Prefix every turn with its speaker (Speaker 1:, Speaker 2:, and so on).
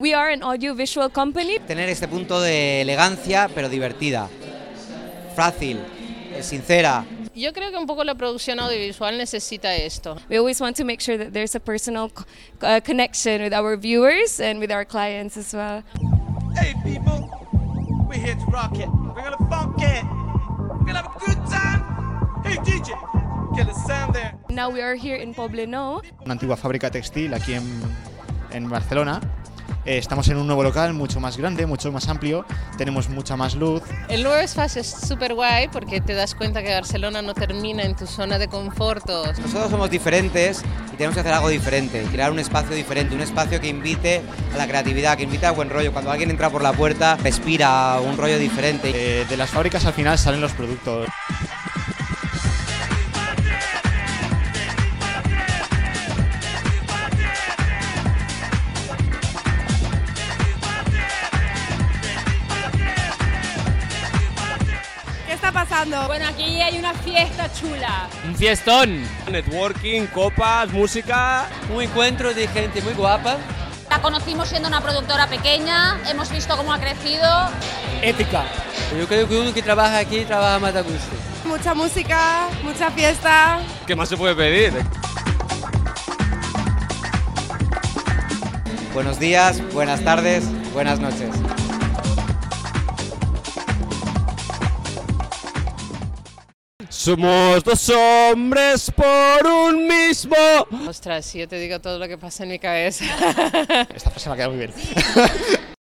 Speaker 1: We are an audiovisual company.
Speaker 2: Tener este punto de elegancia, pero divertida, fácil, eh, sincera.
Speaker 3: Yo creo que un poco la producción audiovisual necesita esto.
Speaker 1: We always want to make sure that there's a personal co- uh, connection with our viewers and with our clients as well.
Speaker 4: Hey people, we're here to rock it. We're gonna funk it. We're gonna have a good time. Hey DJ, get the sound there.
Speaker 1: Now we are here in Poblenou.
Speaker 5: una antigua fábrica textil aquí en, en Barcelona. Eh, estamos en un nuevo local mucho más grande, mucho más amplio, tenemos mucha más luz.
Speaker 3: El nuevo espacio es súper guay porque te das cuenta que Barcelona no termina en tu zona de confortos.
Speaker 2: Nosotros somos diferentes y tenemos que hacer algo diferente, crear un espacio diferente, un espacio que invite a la creatividad, que invite a buen rollo. Cuando alguien entra por la puerta, respira un rollo diferente.
Speaker 5: Eh, de las fábricas al final salen los productos.
Speaker 6: ¿Qué está pasando? Bueno, aquí hay una fiesta chula.
Speaker 7: Un fiestón.
Speaker 8: Networking, copas, música.
Speaker 9: un encuentro de gente muy guapa.
Speaker 10: La conocimos siendo una productora pequeña, hemos visto cómo ha crecido.
Speaker 7: Ética.
Speaker 9: Yo creo que uno que trabaja aquí trabaja más a gusto.
Speaker 6: Mucha música, mucha fiesta.
Speaker 8: ¿Qué más se puede pedir?
Speaker 2: Buenos días, buenas tardes, buenas noches.
Speaker 8: Somos dos hombres por un mismo.
Speaker 3: Ostras, si yo te digo todo lo que pasa en mi cabeza.
Speaker 5: Esta frase me ha quedado muy bien.